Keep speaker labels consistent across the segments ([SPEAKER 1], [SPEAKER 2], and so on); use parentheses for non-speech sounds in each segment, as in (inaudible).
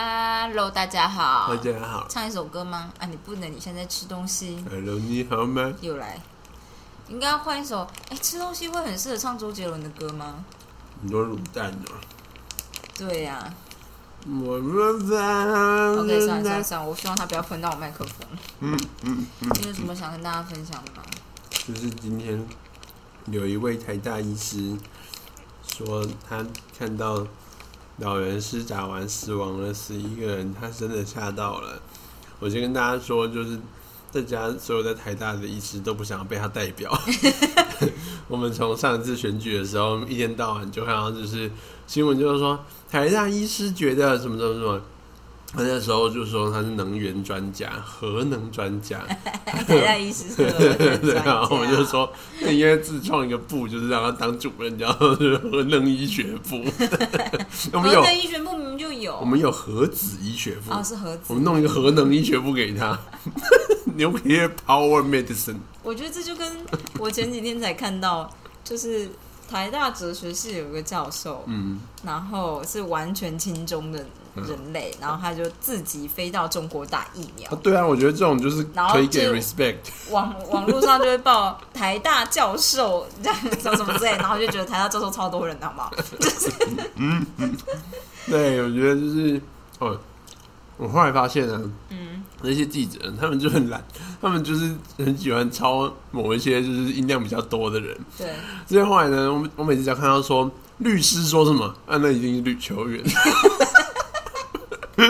[SPEAKER 1] Hello，大家好
[SPEAKER 2] 大。家好
[SPEAKER 1] 唱一首歌吗？啊，你不能，你现在吃东西。
[SPEAKER 2] ，Hello，你好吗？
[SPEAKER 1] 又来，应该要换一首。哎，吃东西会很适合唱周杰伦的歌吗？
[SPEAKER 2] 很多卤蛋呢。
[SPEAKER 1] 对呀、
[SPEAKER 2] 我们
[SPEAKER 1] OK，
[SPEAKER 2] 在
[SPEAKER 1] 算了
[SPEAKER 2] 嗯
[SPEAKER 1] 算了算了，我希望他不要喷到我麦克风。嗯嗯嗯。你有什么想跟大家分享的
[SPEAKER 2] (laughs)
[SPEAKER 1] 吗？
[SPEAKER 2] 就是今天有一位台大医师说，他看到老人施打完死亡了十一个人，他真的吓到了。我先跟大家说，就是大家所有在台大的医师都不想被他代表。我们从上一次选举的时候，一天到晚就看到就是新闻，就是说台大医师觉得什么什么什么。他那时候就说他是能源专家、核能专家，
[SPEAKER 1] 台大医师是我的专
[SPEAKER 2] (laughs) 对
[SPEAKER 1] 家
[SPEAKER 2] 啊，我们就说那应该自创一个部，就是让他当主任，然后就是核能医学
[SPEAKER 1] (laughs)
[SPEAKER 2] 部。我们
[SPEAKER 1] 核
[SPEAKER 2] 有
[SPEAKER 1] 哦能医学部明明就有。
[SPEAKER 2] 我们有核子医学部，
[SPEAKER 1] 哦，是核子
[SPEAKER 2] 我。们弄一个核能医学部给他。牛皮 Power Medicine，
[SPEAKER 1] 我觉得这就跟我前几天才看到，就是台大哲学系有一个教授，
[SPEAKER 2] 嗯，
[SPEAKER 1] 然后是完全亲中的人类，
[SPEAKER 2] 嗯
[SPEAKER 1] 然后他就自己飞到中国打疫苗
[SPEAKER 2] 啊，对啊，我觉得这种就是
[SPEAKER 1] 然后
[SPEAKER 2] 可以给
[SPEAKER 1] 就
[SPEAKER 2] respect，
[SPEAKER 1] 网网络上就会报台大教授这样什么什么
[SPEAKER 2] (laughs)
[SPEAKER 1] 之类，然后就觉得台大教授超多人的，好不好？
[SPEAKER 2] 对，我觉得就是哦，我后来发现啊，嗯，那些记者他们就很懒，他们就是很喜欢抄某一些就是音量比较多的人，
[SPEAKER 1] 对，
[SPEAKER 2] 所以后来呢，我们我每次只要看到说律师说什么，啊，那一定是女球员。他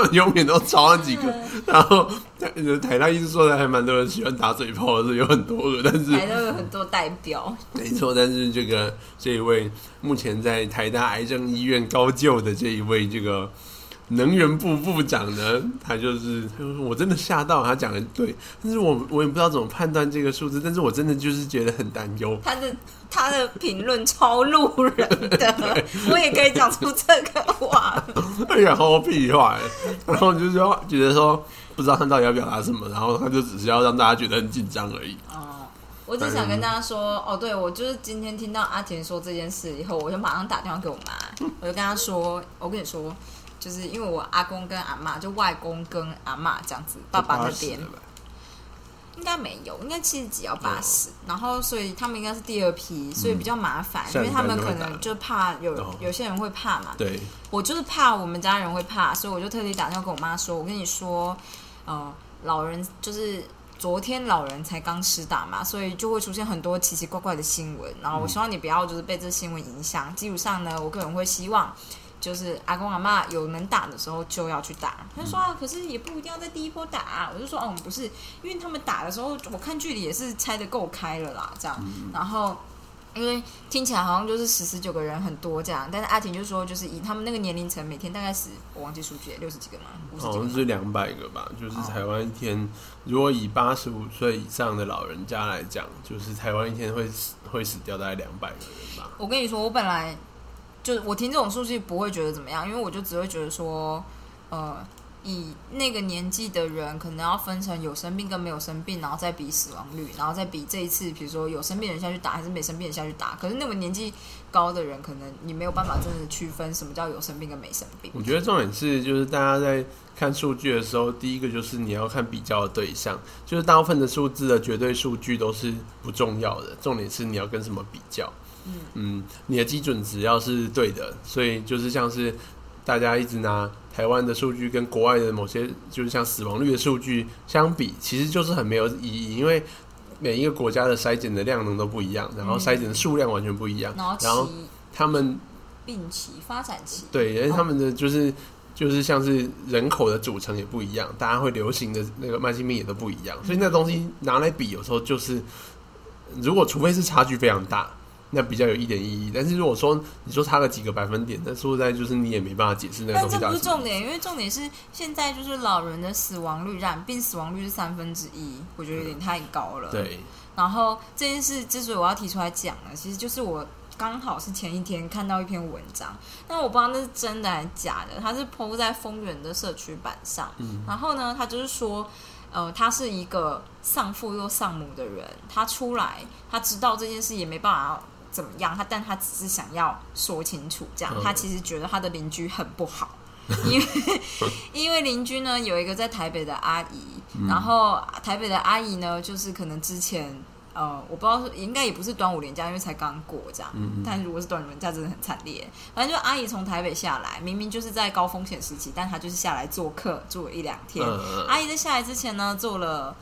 [SPEAKER 2] 们永远都超那几个，然后台台大医师说的还蛮多人喜欢打嘴炮的，是有很多个，但是
[SPEAKER 1] 台大有很多代表，
[SPEAKER 2] 没错，但是这个这一位目前在台大癌症医院高就的这一位这个能源部部长呢，他就是他说我真的吓到，他讲的对，但是我我也不知道怎么判断这个数字，但是我真的就是觉得很担忧，
[SPEAKER 1] 他的他的评论超路人
[SPEAKER 2] (laughs)
[SPEAKER 1] 的，我也可以讲出这个话。
[SPEAKER 2] 然后屁话，然后就是要觉得说不知道他到底要表达什么，然后他就只是要让大家觉得很紧张而已。
[SPEAKER 1] 哦，我只想跟大家说，哦，对，我就是今天听到阿田说这件事以后，我就马上打电话给我
[SPEAKER 2] (laughs)
[SPEAKER 1] 妈，我就跟她说，我跟你说，就是因为我阿公跟阿妈，就外公跟阿妈这样子，爸爸那边
[SPEAKER 2] 就八十了吧
[SPEAKER 1] 应该没有，应该七十几要八十、
[SPEAKER 2] 哦
[SPEAKER 1] 然后所以他们应该是第二批，所以比较麻烦，因
[SPEAKER 2] 嗯下一
[SPEAKER 1] 为他们
[SPEAKER 2] 代就
[SPEAKER 1] 可
[SPEAKER 2] 会打
[SPEAKER 1] 能就怕有、
[SPEAKER 2] 哦
[SPEAKER 1] 有些人会怕嘛，
[SPEAKER 2] 对，
[SPEAKER 1] 我就是怕我们家人会怕，所以我就特地打电话跟我妈说，我跟你说，呃，老人就是昨天老人才刚施打嘛，所以就会出现很多奇奇怪怪的新闻，然后我希望你不要就是被这新闻影响。基础上呢，我个人会希望。就是阿公阿妈有能打的时候就要去打，他就说啊，可是也不一定要在第一波打、啊。我就说哦，不是，因为他们打的时候，我看距离也是拆的够开了啦，这样。然后因为听起来好像就是十十九个人很多这样，但是阿婷就说，就是以他们那个年龄层，每天大概是我忘记数据了，六十几个嘛，五十
[SPEAKER 2] 好
[SPEAKER 1] 几哦个
[SPEAKER 2] 像
[SPEAKER 1] 吗，
[SPEAKER 2] 是两百个吧，就是台湾一天，如果以八十五岁以上的老人家来讲，就是台湾一天会死会死掉大概两百个人吧。
[SPEAKER 1] 我跟你说，我本来就我听这种数据不会觉得怎么样，因为我就只会觉得说，呃，以那个年纪的人，可能要分成有生病跟没有生病，然后再比死亡率，然后再比这一次，比如说有生病的人下去打，还是没生病的人下去打。可是那个年纪高的人，可能你没有办法真的区分什么叫有生病跟没生病。
[SPEAKER 2] 我觉得重点是，就是大家在看数据的时候，第一个就是你要看比较的对象，就是大部分的数字的绝对数据都是不重要的，重点是你要跟什么比较。嗯你的基准值要是对的，所以就是像是大家一直拿台湾的数据跟国外的某些，就是像死亡率的数据相比，其实就是很没有意义，因为每一个国家的筛检的量能都不一样，然后筛检的数量完全不一样，
[SPEAKER 1] 嗯然后
[SPEAKER 2] 然后
[SPEAKER 1] 期
[SPEAKER 2] 他们
[SPEAKER 1] 病期、发展期，
[SPEAKER 2] 对，因为
[SPEAKER 1] 哦
[SPEAKER 2] 他们的就是、就是像是人口的组成也不一样，大家会流行的那个慢性病也都不一样，所以那东西拿来比，有时候就是如果除非是差距非常大，那比较有一点意义。但是如果说你说差了几个百分点，那说实在就是你也没办法解释那个
[SPEAKER 1] 但
[SPEAKER 2] 东西
[SPEAKER 1] 这
[SPEAKER 2] 到
[SPEAKER 1] 不
[SPEAKER 2] 底
[SPEAKER 1] 是
[SPEAKER 2] 什么
[SPEAKER 1] 重点，因为重点是现在就是老人的死亡率、染病死亡率是三分之一，我觉得有点太高了。。
[SPEAKER 2] 对，
[SPEAKER 1] 然后这件事之所以我要提出来讲呢，其实就是我刚好是前一天看到一篇文章，但我不知道那是真的还是假的，它是 PO 在丰原的社区版上。然后呢，他就是说，呃，他是一个丧父又丧母的人，他出来，他知道这件事也没办法怎么样，他但他只是想要说清楚，这样，
[SPEAKER 2] 嗯
[SPEAKER 1] 他其实觉得他的邻居很不好。因为因为邻居呢有一个在台北的阿姨，
[SPEAKER 2] 嗯
[SPEAKER 1] 然后台北的阿姨呢，就是可能之前呃，我不知道是应该也不是端午连假，因为才刚过这样，
[SPEAKER 2] 嗯嗯
[SPEAKER 1] 但如果是端午连假，真的很惨烈。反正就阿姨从台北下来，明明就是在高风险时期，但她就是下来做客，住了一两天。
[SPEAKER 2] 嗯
[SPEAKER 1] 阿姨在下来之前呢，做了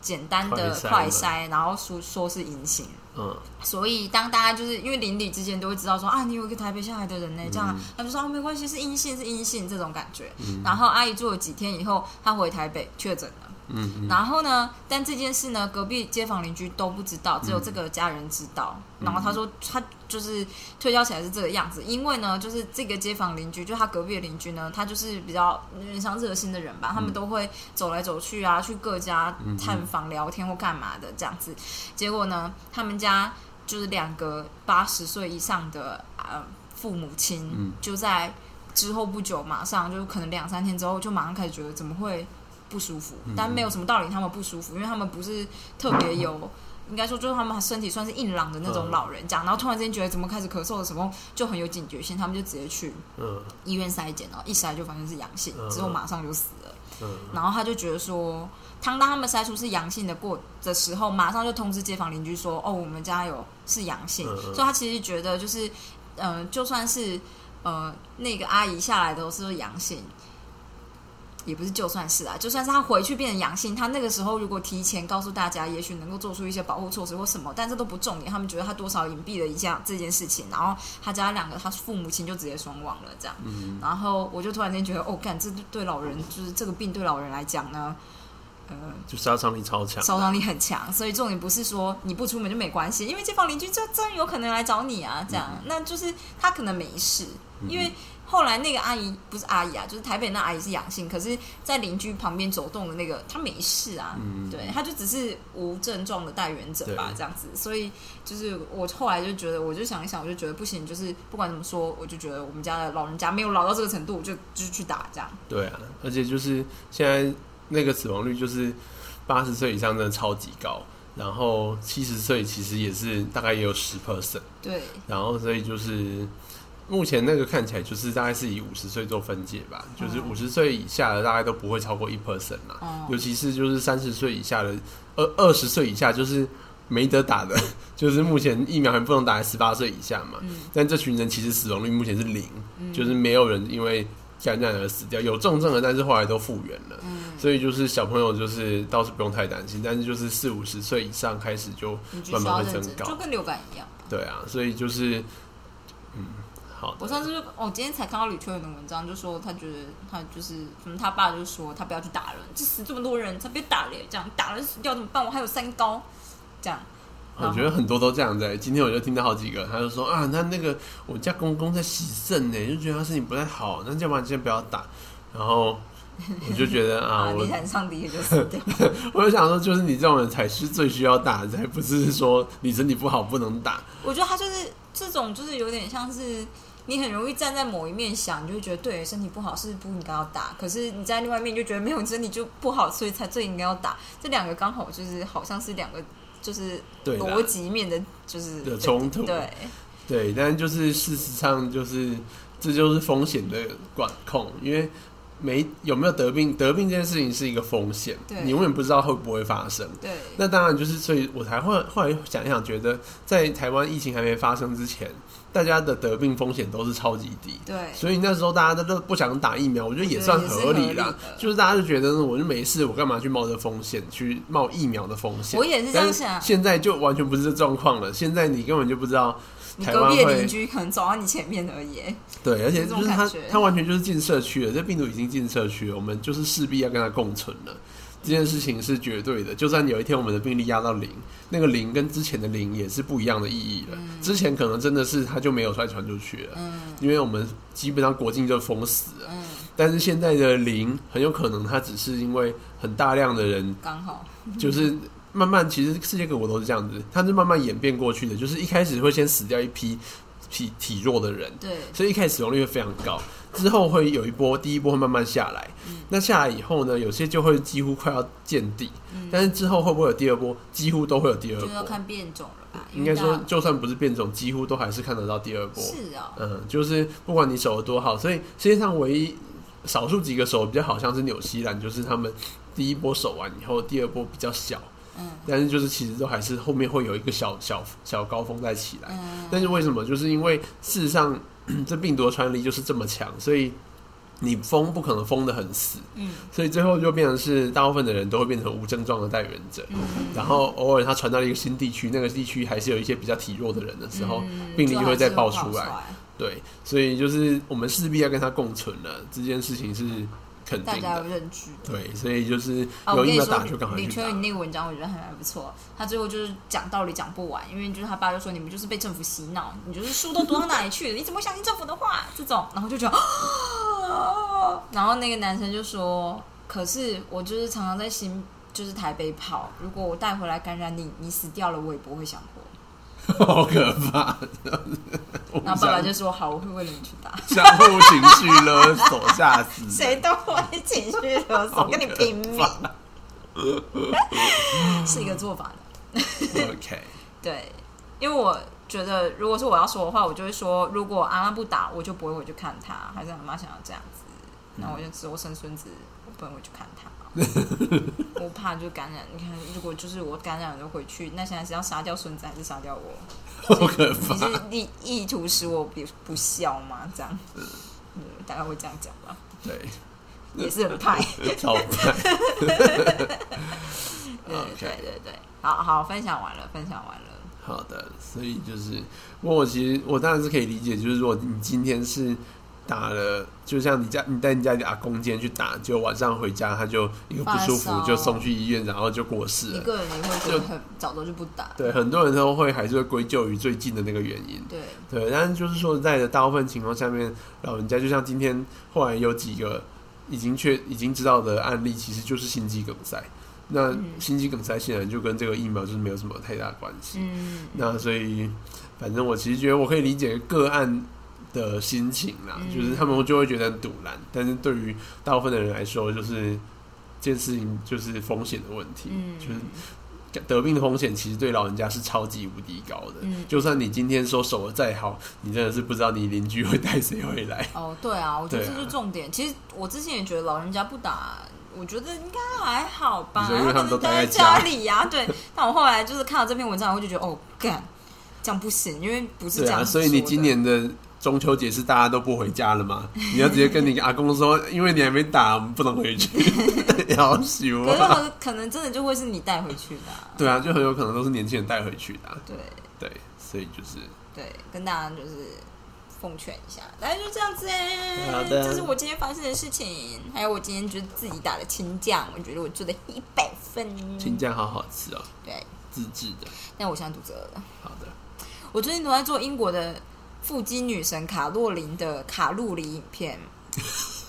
[SPEAKER 1] 简单的
[SPEAKER 2] 快
[SPEAKER 1] 快
[SPEAKER 2] 筛
[SPEAKER 1] 筛，然后说说是阴性。
[SPEAKER 2] 嗯
[SPEAKER 1] 所以当大家就是因为邻里之间都会知道说啊，你有一个台北下来的人呢，这样、
[SPEAKER 2] 嗯
[SPEAKER 1] 他就说啊没关系，是阴性是阴性这种感觉。然后阿姨住了几天以后，她回台北确诊了。
[SPEAKER 2] 嗯嗯，
[SPEAKER 1] 然后呢，但这件事呢，隔壁街坊邻居都不知道，只有这个家人知道。
[SPEAKER 2] 嗯
[SPEAKER 1] 然后他说他就是推销起来是这个样子，因为呢，就是这个街坊邻居，就他隔壁的邻居呢，他就是比较有点像热心的人吧，他
[SPEAKER 2] 嗯
[SPEAKER 1] 们都会走来走去啊，去各家探访、聊天或干嘛的这样子。结果呢，他们家就是两个八十岁以上的呃父母
[SPEAKER 2] 嗯
[SPEAKER 1] 亲，就在之后不久，马上就可能两三天之后，就马上开始觉得怎么会不舒服，
[SPEAKER 2] 嗯
[SPEAKER 1] 但没有什么道理，他们不舒服，因为他们不是特别有。应该说，就是他们身体算是硬朗的那种
[SPEAKER 2] 嗯
[SPEAKER 1] 老人，这样，然后突然之间觉得怎么开始咳嗽了，什么就很有警觉性，他们就直接去
[SPEAKER 2] 嗯
[SPEAKER 1] 医院筛检，然后一筛就发现是阳性
[SPEAKER 2] 嗯，
[SPEAKER 1] 之后马上就死了。
[SPEAKER 2] 嗯
[SPEAKER 1] 然后他就觉得说，当当他们筛出是阳性的过的时候，马上就通知街坊邻居说，哦，我们家有是阳性，
[SPEAKER 2] 嗯
[SPEAKER 1] 所
[SPEAKER 2] 嗯
[SPEAKER 1] 以他其实觉得就是，嗯、就算是呃那个阿姨下来都是阳性。也不是，就算是啊，就算是他回去变成阳性，他那个时候如果提前告诉大家，也许能够做出一些保护措施或什么，但这都不重点。他们觉得他多少隐蔽了一下这件事情，然后他家两个他父母亲就直接双亡了，这样。
[SPEAKER 2] 嗯
[SPEAKER 1] 然后我就突然间觉得，哦，干，这对老人就是这个病对老人来讲呢，呃，
[SPEAKER 2] 就杀伤力超强，
[SPEAKER 1] 烧伤力很强。所以重点不是说你不出门就没关系，因为街坊邻居就真有可能来找你啊，这样，
[SPEAKER 2] 嗯
[SPEAKER 1] 那就是他可能没事，因为。后来那个阿姨不是阿姨啊，就是台北那阿姨是阳性，可是，在邻居旁边走动的那个她没事啊，
[SPEAKER 2] 嗯
[SPEAKER 1] 对，她就只是无症状的带源者吧
[SPEAKER 2] 对，
[SPEAKER 1] 这样子。所以就是我后来就觉得，我就想一想，我就觉得不行，就是不管怎么说，我就觉得我们家的老人家没有老到这个程度，我就就去打这样。
[SPEAKER 2] 对啊，而且就是现在那个死亡率就是八十岁以上真的超级高，然后七十岁其实也是大概也有十 percent，
[SPEAKER 1] 对，
[SPEAKER 2] 然后所以就是目前那个看起来就是大概是以五十岁做分界吧，就是五十岁以下的大概都不会超过一 percent 啦，
[SPEAKER 1] 嗯哦
[SPEAKER 2] 尤，其是就是三十岁以下的，二二十岁以下就是没得打的， (laughs) 就是目前疫苗还不能打在十八岁以下嘛。
[SPEAKER 1] 嗯
[SPEAKER 2] 但这群人其实死亡率目前是零，
[SPEAKER 1] 嗯，
[SPEAKER 2] 就是没有人因为感染而死掉，有重症的，但是后来都复原了。
[SPEAKER 1] 嗯，
[SPEAKER 2] 所以就是小朋友就是倒是不用太担心，但是就是四五十岁以上开始就
[SPEAKER 1] 你就
[SPEAKER 2] 慢
[SPEAKER 1] 需
[SPEAKER 2] 慢
[SPEAKER 1] 要
[SPEAKER 2] 会
[SPEAKER 1] 认
[SPEAKER 2] 增
[SPEAKER 1] 真，
[SPEAKER 2] 高
[SPEAKER 1] 就跟流感一样。
[SPEAKER 2] 对啊，所以就是嗯好的，
[SPEAKER 1] 我上次就我、今天才看到吕秋远的文章，就说他觉得他就是，嗯，他爸就说他不要去打人，就死这么多人，他别打了，这样打了死掉怎么办？我还有三高，这样。
[SPEAKER 2] 我觉得很多都这样子欸、今天我就听到好几个，他就说啊，那那个我家公公在洗肾呢，就觉得他身体不太好，那要不然今天不要打。然后我就觉得啊，
[SPEAKER 1] (laughs) 啊，
[SPEAKER 2] 我
[SPEAKER 1] 你染上的也就死掉。
[SPEAKER 2] (laughs) 我就想说，就是你这种人才是最需要打，才不是说你身体不好不能打。
[SPEAKER 1] 我觉得他就是这种，就是有点像是你很容易站在某一面想，你就会觉得对身体不好是不应该要打，可是你在另外一面就觉得没有你身体就不好，所以才最应该要打。这两个刚好就是好像是两个就是
[SPEAKER 2] 对啦
[SPEAKER 1] 逻辑面的，就是
[SPEAKER 2] 的冲突
[SPEAKER 1] 对，
[SPEAKER 2] 对，但就是事实上就是这就是风险的管控，因为没有没有得病，得病这件事情是一个风险
[SPEAKER 1] 对，
[SPEAKER 2] 你永远不知道会不会发生。
[SPEAKER 1] 对
[SPEAKER 2] 那当然就是，所以我才会后来想一想，觉得在台湾疫情还没发生之前，大家的得病风险都是超级低。
[SPEAKER 1] 对
[SPEAKER 2] 所以那时候大家都不想打疫苗，我觉得也算合理
[SPEAKER 1] 我觉得也是
[SPEAKER 2] 啦。
[SPEAKER 1] 合理的
[SPEAKER 2] 就是大家就觉得我就没事，我干嘛去冒这风险，去冒疫苗的风险？
[SPEAKER 1] 我也是这样想啊
[SPEAKER 2] 但是现在就完全不是这状况了。现在你根本就不知道
[SPEAKER 1] 你
[SPEAKER 2] 台
[SPEAKER 1] 隔
[SPEAKER 2] 湾
[SPEAKER 1] 壁的
[SPEAKER 2] 会
[SPEAKER 1] 邻居可能走到你前面而已。
[SPEAKER 2] 对，而且
[SPEAKER 1] 这种
[SPEAKER 2] 就是
[SPEAKER 1] 感
[SPEAKER 2] 它
[SPEAKER 1] 觉
[SPEAKER 2] 它完全就是进社区了，这病毒已经进社区了，我们就是势必要跟它共存了。这件事情是绝对的，就算有一天我们的病例压到零，那个零跟之前的零也是不一样的意义了。之前可能真的是它就没有再传出去了，
[SPEAKER 1] 嗯
[SPEAKER 2] 因为我们基本上国境就封死了。
[SPEAKER 1] 嗯，
[SPEAKER 2] 但是现在的零很有可能它只是因为很大量的人
[SPEAKER 1] 刚好
[SPEAKER 2] 就是慢慢，其实世界各国都是这样子，它是慢慢演变过去的，就是一开始会先死掉一批体体弱的人。
[SPEAKER 1] 对
[SPEAKER 2] 所以一开始死亡率会非常高，之后会有一波，第一波会慢慢下来。
[SPEAKER 1] 嗯
[SPEAKER 2] 那下来以后呢，有些就会几乎快要见底，但是之后会不会有第二波？几乎都会有第二
[SPEAKER 1] 就要
[SPEAKER 2] 波。
[SPEAKER 1] 看变种了吧？
[SPEAKER 2] 应该
[SPEAKER 1] 因为
[SPEAKER 2] 说，
[SPEAKER 1] 大
[SPEAKER 2] 就算不是变种，几乎都还是看得到第二波。
[SPEAKER 1] 是哦，
[SPEAKER 2] 嗯，就是不管你守得多好，所以世界上唯一少数几个手比较好像是纽西兰，就是他们第一波手完以后，第二波比较小，
[SPEAKER 1] 嗯
[SPEAKER 2] 但是就是其实都还是后面会有一个小小小高峰再起来。
[SPEAKER 1] 嗯
[SPEAKER 2] 但是为什么？就是因为事实上 (clears throat) 这病毒的传染力就是这么强，所以你封不可能封得很死，
[SPEAKER 1] 嗯
[SPEAKER 2] 所以最后就变成是大部分的人都会变成无症状的带源者。
[SPEAKER 1] 嗯，
[SPEAKER 2] 然后偶尔它传到一个新地区，那个地区还是有一些比较体弱的人的时候，
[SPEAKER 1] 嗯
[SPEAKER 2] 病例就会再爆出
[SPEAKER 1] 就还是会
[SPEAKER 2] 来
[SPEAKER 1] 爆嗯
[SPEAKER 2] 对，所以就是我们势必要跟它共存了，这件事情是肯
[SPEAKER 1] 大
[SPEAKER 2] 定
[SPEAKER 1] 家要
[SPEAKER 2] 的。
[SPEAKER 1] 认知。
[SPEAKER 2] 对，所以就是
[SPEAKER 1] 啊，我
[SPEAKER 2] 有
[SPEAKER 1] 跟
[SPEAKER 2] 疫
[SPEAKER 1] 你
[SPEAKER 2] 苗
[SPEAKER 1] 说
[SPEAKER 2] 打就赶，快
[SPEAKER 1] 李
[SPEAKER 2] 去
[SPEAKER 1] 秋云
[SPEAKER 2] 打。
[SPEAKER 1] 那个文章我觉得还蛮不错。他最后就是讲道理讲不完，因为就是他爸就说你们就是被政府洗脑，你就是书都读到哪里去了，你怎么会相信政府的话？这种，然后就觉得，啊然后那个男生就说，可是我就是常常在新就是台北跑，如果我带回来感染你，你死掉了我也不会想活。
[SPEAKER 2] 好可怕！
[SPEAKER 1] (laughs) 然后
[SPEAKER 2] 我不
[SPEAKER 1] 爸爸
[SPEAKER 2] 想嗯
[SPEAKER 1] 就说好，我会为了你去打，
[SPEAKER 2] 相互情绪勒索，吓死人！
[SPEAKER 1] 谁都会情绪
[SPEAKER 2] (laughs)
[SPEAKER 1] 勒索，跟你拼命， (laughs) 是一个做法的。
[SPEAKER 2] OK，
[SPEAKER 1] 对，因为我觉得，如果是我要说的话，我就会说，如果阿妈不打，我就不会回去看他，还是阿妈想要这样子，那我就只有生孙子，我不能回去看他。我怕就感染，你看，如果就是我感染了回去，那现在是要杀掉孙子还是杀掉我？
[SPEAKER 2] 好可
[SPEAKER 1] 你
[SPEAKER 2] 怕！
[SPEAKER 1] 是意意图使我不不孝吗？这样，嗯，大概会这样讲吧，
[SPEAKER 2] 对，
[SPEAKER 1] 也是很派。
[SPEAKER 2] 超烦。
[SPEAKER 1] 对对
[SPEAKER 2] OK
[SPEAKER 1] 对对对，好好分享完了，分享完了，
[SPEAKER 2] 好的，所以就是，不过我其实我当然是可以理解，就是如果你今天是打了，就像你家你带你家里的阿公今天去打，就晚上回家他就一个不舒
[SPEAKER 1] 发
[SPEAKER 2] 服
[SPEAKER 1] 烧
[SPEAKER 2] 就送去医院，然后就过世
[SPEAKER 1] 一
[SPEAKER 2] 了。
[SPEAKER 1] 个人也会觉得很早早就不打，
[SPEAKER 2] 对，很多人都会还是会归咎于最近的那个原因。
[SPEAKER 1] 对，
[SPEAKER 2] 对，但是就是说实在的，大部分情况下面，老人家就像今天后来有几个已经确已经知道的案例，其实就是心肌梗塞。那
[SPEAKER 1] 嗯
[SPEAKER 2] 心肌梗塞显然就跟这个疫苗就是没有什么太大关系。
[SPEAKER 1] 嗯。
[SPEAKER 2] 那所以，反正我其实觉得我可以理解个案的心情啦，
[SPEAKER 1] 嗯
[SPEAKER 2] 就是他们就会觉得很堵然，但是对于大部分的人来说，就是这件事情就是风险的问题，
[SPEAKER 1] 嗯，
[SPEAKER 2] 就是得病的风险其实对老人家是超级无敌高的。
[SPEAKER 1] 嗯
[SPEAKER 2] 就算你今天说守的再好，你真的是不知道你邻居会带谁回来。
[SPEAKER 1] 哦，对啊，我觉得
[SPEAKER 2] 对啊
[SPEAKER 1] 这是重点。其实我之前也觉得老人家不打，我觉得应该还好吧，
[SPEAKER 2] 你说因为他们都
[SPEAKER 1] 们
[SPEAKER 2] 待
[SPEAKER 1] 待
[SPEAKER 2] 在家
[SPEAKER 1] 家里呀、 (laughs) 对，但我后来就是看到这篇文章，我就觉得哦，干，这样不行，因为不是
[SPEAKER 2] 对
[SPEAKER 1] 这样
[SPEAKER 2] 啊，
[SPEAKER 1] 说的、
[SPEAKER 2] 所以你今年的中秋节是大家都不回家
[SPEAKER 1] (laughs)
[SPEAKER 2] 了吗？你要直接跟你阿公说，因为你还没打，我们不能回去，
[SPEAKER 1] (laughs)
[SPEAKER 2] 要羞
[SPEAKER 1] 可是
[SPEAKER 2] 啊！
[SPEAKER 1] 可可能真的就会是你带回去的啊、
[SPEAKER 2] 对啊，就很有可能都是年轻人带回去的啊、
[SPEAKER 1] 对
[SPEAKER 2] 对，所以就是
[SPEAKER 1] 对，跟大家就是奉劝一下，大家就这样子哎、
[SPEAKER 2] 好的
[SPEAKER 1] 这是我今天发生的事情，还有我今天觉得自己打的青酱，我觉得我做的一百分，
[SPEAKER 2] 青酱好好吃哦，
[SPEAKER 1] 对，
[SPEAKER 2] 自制的，
[SPEAKER 1] 但我现在肚子饿了。
[SPEAKER 2] 好
[SPEAKER 1] 嗯
[SPEAKER 2] 的，
[SPEAKER 1] 我最近都在做英国的腹肌女神卡洛琳的卡路里影
[SPEAKER 2] (laughs)
[SPEAKER 1] 片，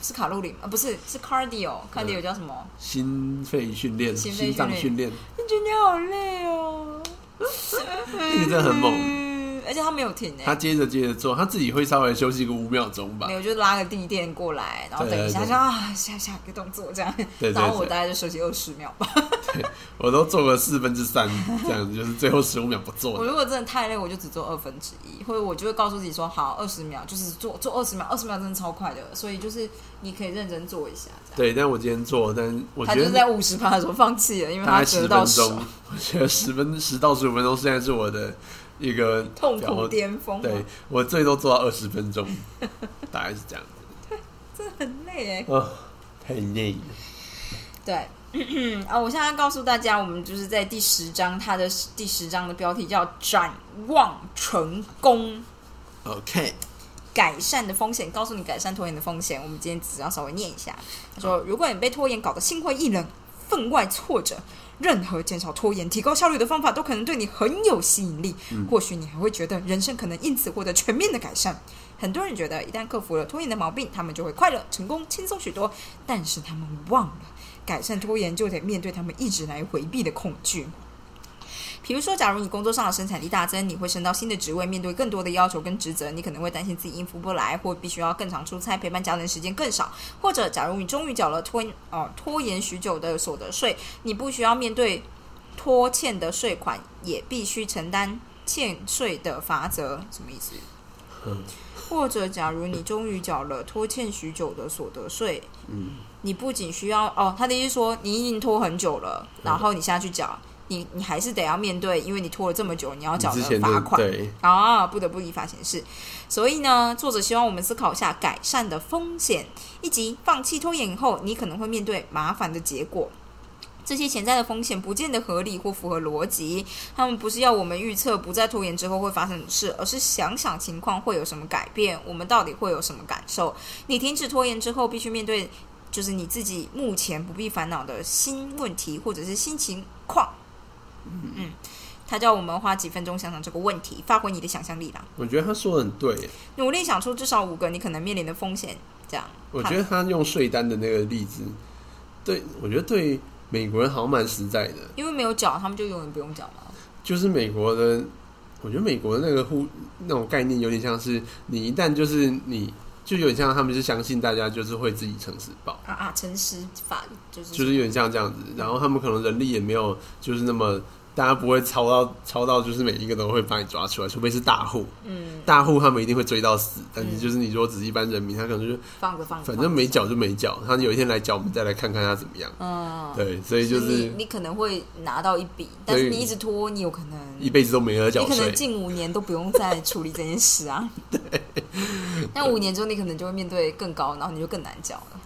[SPEAKER 1] 是卡路里吗？啊不是，是
[SPEAKER 2] 嗯
[SPEAKER 1] cardio，cardio 叫什么？
[SPEAKER 2] 心肺训练、
[SPEAKER 1] 心肺训练
[SPEAKER 2] 心脏训练，
[SPEAKER 1] 我觉得你好累
[SPEAKER 2] (laughs)
[SPEAKER 1] 哦，
[SPEAKER 2] 那个真的很猛。
[SPEAKER 1] 嗯， (laughs) 而且他没有停
[SPEAKER 2] 他
[SPEAKER 1] 哎、
[SPEAKER 2] 接着接着做，他自己会稍微休息个五秒钟吧
[SPEAKER 1] 没。有，就拉个地垫过来，然后等一下，
[SPEAKER 2] 对对对
[SPEAKER 1] 就啊下下一个动作这样，
[SPEAKER 2] 对对
[SPEAKER 1] 然后我
[SPEAKER 2] 对
[SPEAKER 1] 大概就休息二十秒吧。
[SPEAKER 2] 我都做了四分之三，
[SPEAKER 1] (laughs)
[SPEAKER 2] 这样子就是最后十五秒不
[SPEAKER 1] 我
[SPEAKER 2] 做了。
[SPEAKER 1] 如果真的太累，我就只做二分之一，或者我就会告诉自己说，好，二十秒就是做做二十秒，二十秒真的超快的，所以就是你可以认真做一下这样。
[SPEAKER 2] 对，但我今天做，但我
[SPEAKER 1] 他
[SPEAKER 2] 觉
[SPEAKER 1] 就是
[SPEAKER 2] 得
[SPEAKER 1] 在五十趴的时候放弃了，因为
[SPEAKER 2] 大
[SPEAKER 1] 他
[SPEAKER 2] 概
[SPEAKER 1] 得
[SPEAKER 2] 十
[SPEAKER 1] 到
[SPEAKER 2] 分
[SPEAKER 1] 手
[SPEAKER 2] 钟，我觉得十分十到十五分钟现在是我的一个
[SPEAKER 1] 痛
[SPEAKER 2] 表
[SPEAKER 1] 苦巅峰，
[SPEAKER 2] 对，我最多做到二十分
[SPEAKER 1] (laughs)
[SPEAKER 2] 钟，大概是这样子。
[SPEAKER 1] 很累哎。
[SPEAKER 2] 啊、太累了。
[SPEAKER 1] 对，嗯啊，我现在告诉大家，我们就是在第十章，它的第十章的标题叫“展望成功”。
[SPEAKER 2] OK，
[SPEAKER 1] 改善的风险，告诉你改善拖延的风险。我们今天只要稍微念一下。他说，如果你被拖延搞得心灰意冷、分外挫折，任何减少拖延、提高效率的方法都可能对你很有吸引力。或许你还会觉得人生可能因此获得全面的改善。很多人觉得，一旦克服了拖延的毛病，他们就会快乐、成功、轻松许多。但是他们忘了，改善拖延就得面对他们一直来回避的恐惧。比如说，假如你工作上的生产力大增，你会升到新的职位，面对更多的要求跟职责，你可能会担心自己应付不来，或必须要更常出差，陪伴家人时间更少。或者，假如你终于缴了拖哦拖延许久的所得税，你不需要面对拖欠的税款，也必须承担欠税的罚则。什么意思？
[SPEAKER 2] 嗯
[SPEAKER 1] 或者假如你终于缴了拖欠许久的所得税，
[SPEAKER 2] 嗯，
[SPEAKER 1] 你不仅需要哦，他的意思说你已经拖很久了，
[SPEAKER 2] 嗯
[SPEAKER 1] 然后你现在去缴，你你还是得要面对，因为你拖了这么久，你要
[SPEAKER 2] 你
[SPEAKER 1] 缴
[SPEAKER 2] 之前
[SPEAKER 1] 的
[SPEAKER 2] 的
[SPEAKER 1] 罚款。
[SPEAKER 2] 对，
[SPEAKER 1] 啊，不得不依法行事。所以呢，作者希望我们思考一下改善的风险，以及放弃拖延以后，你可能会面对麻烦的结果。这些潜在的风险不见得合理或符合逻辑，他们不是要我们预测不再拖延之后会发生什么事，而是想想情况会有什么改变，我们到底会有什么感受。你停止拖延之后，必须面对就是你自己目前不必烦恼的新问题或者是新情况。嗯，他叫我们花几分钟想想这个问题，发挥你的想象力啦。
[SPEAKER 2] 我觉得他说的很对耶，
[SPEAKER 1] 努力想出至少五个你可能面临的风险，这样
[SPEAKER 2] 我觉得他用税单的那个例子，对我觉得对美国人好像蛮实在的，
[SPEAKER 1] 因为没有缴，他们就永远不用缴嘛。
[SPEAKER 2] 就是美国的，我觉得美国的那个互那种概念有点像是你一旦就是你就有点像他们是相信大家就是会自己诚实报。
[SPEAKER 1] 啊啊，诚实法就是
[SPEAKER 2] 就是有点像这样子。然后他们可能人力也没有，就是那么大家不会超到超到，就是每一个都会把你抓出来，除非是大户。
[SPEAKER 1] 嗯，
[SPEAKER 2] 大户他们一定会追到死，但是
[SPEAKER 1] 嗯哦
[SPEAKER 2] 就是你如果只是一般人民，他可能就是
[SPEAKER 1] 放着放着，
[SPEAKER 2] 反正没缴就没缴，他有一天来缴，我们再来看看他怎么样。
[SPEAKER 1] 嗯，
[SPEAKER 2] 对，所以就
[SPEAKER 1] 你
[SPEAKER 2] 是
[SPEAKER 1] 你可能会拿到一笔，但是
[SPEAKER 2] 对
[SPEAKER 1] 你一直拖，你有可能
[SPEAKER 2] 一辈子都没得
[SPEAKER 1] 你
[SPEAKER 2] 缴
[SPEAKER 1] 可能
[SPEAKER 2] 税。
[SPEAKER 1] 近五年都不用再处理这件事 (laughs) 啊。对，那五年之后你可能就会面对更高，然后你就更难缴了。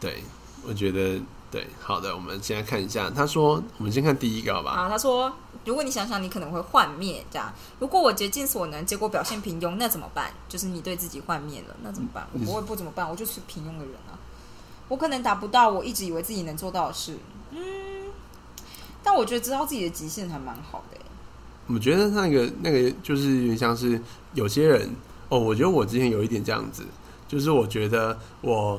[SPEAKER 2] 对，我觉得对，好的，我们现在看一下，他说，我们先看第一个好吧？
[SPEAKER 1] 啊，他说，如果你想想你可能会幻灭这样，如果我竭尽所能，结果表现平庸，那怎么办？就是你对自己幻灭了，那怎么办？我
[SPEAKER 2] 你
[SPEAKER 1] 不会不怎么办，我就是平庸的人啊，我可能达不到我一直以为自己能做到的事，嗯，但我觉得知道自己的极限还蛮好的欸、
[SPEAKER 2] 我觉得那个那个就是有点像是有些人哦，我觉得我之前有一点这样子，就是我觉得我